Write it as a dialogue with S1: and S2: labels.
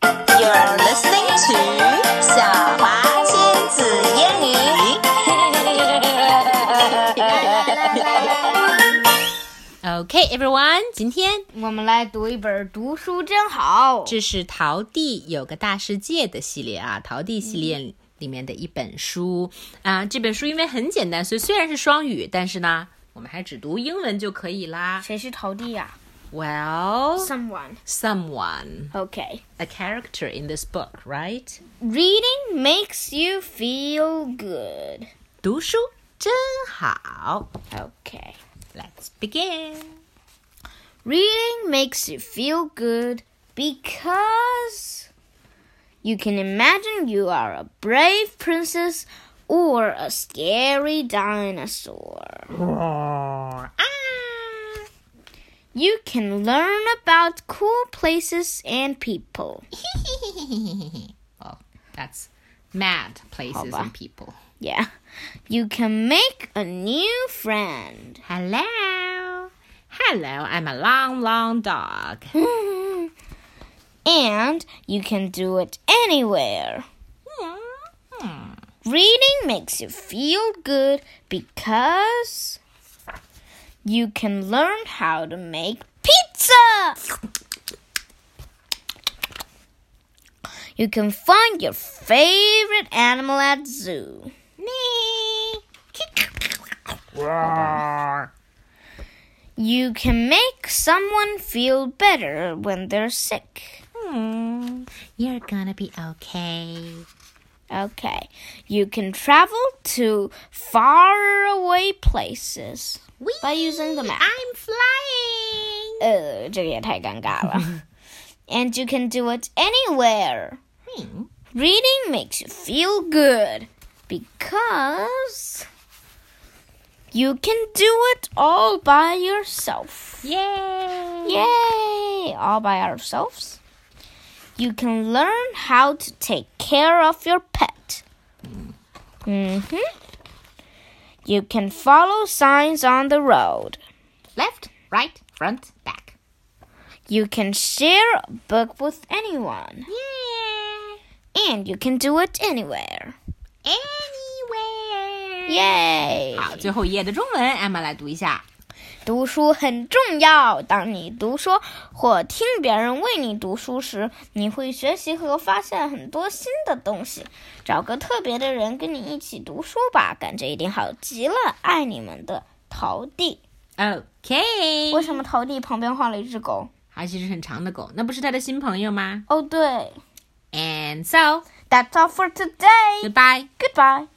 S1: You're listening to 小华亲子英语。
S2: Okay, everyone，今天
S3: 我们来读一本《读书真好》。
S2: 这是陶地有个大世界的系列啊，陶地系列里面的一本书、啊。这本书因为很简单，所以虽然是双语，但是呢，我们还只读英文就可以啦。
S3: 谁是陶地呀
S2: Well,
S3: ？Someone.
S2: someone,
S3: Okay.
S2: a character in this book, right?
S3: Reading makes you feel good.
S2: 读书真好。
S3: Okay.
S2: Let's begin.
S3: Reading makes you feel good because you can imagine you are a brave princess or a scary dinosaur. Ah! You can learn about cool places and people.
S2: well, that's mad places and people.
S3: Yeah. You can make a new friend.
S2: Hello. Hello, I'm a long, long dog.
S3: and you can do it anywhere.
S2: Hmm.
S3: Reading makes you feel good because you can learn how to make pizza. You can find your favorite animal at zoo. You can make someone feel better when they're sick.
S2: You're gonna be okay.
S3: Okay. You can travel to faraway places by using the map. Oh,
S2: I'm flying.
S3: 呃，这个也太尴尬 了。And you can do it anywhere.
S2: Hmm.
S3: Reading makes you feel good because you can do it all by yourself.
S2: Yay.
S3: Yay! All by ourselves. You can learn how to take care of your pet. hmm You can follow signs on the road.
S2: Left, right, front, back.
S3: You can share a book with anyone.
S2: Yeah.
S3: And you can do it anywhere.
S2: Anywhere.
S3: Yay!
S2: 好，Oh, 最后一页的中文，艾玛来读一下。
S3: 读书很重要。当你读说或听别人为你读书时，你会学习和发现很多新的东西。找个特别的人跟你一起读书吧，感觉一定好极了。爱你们的陶地。为
S2: OK，
S3: 什么陶地旁边画了一只狗？
S2: 还是一只很长的狗，那不是他的新朋友吗
S3: 哦，对。
S2: ？And so,
S3: That's all for today.
S2: goodbye.
S3: Goodbye.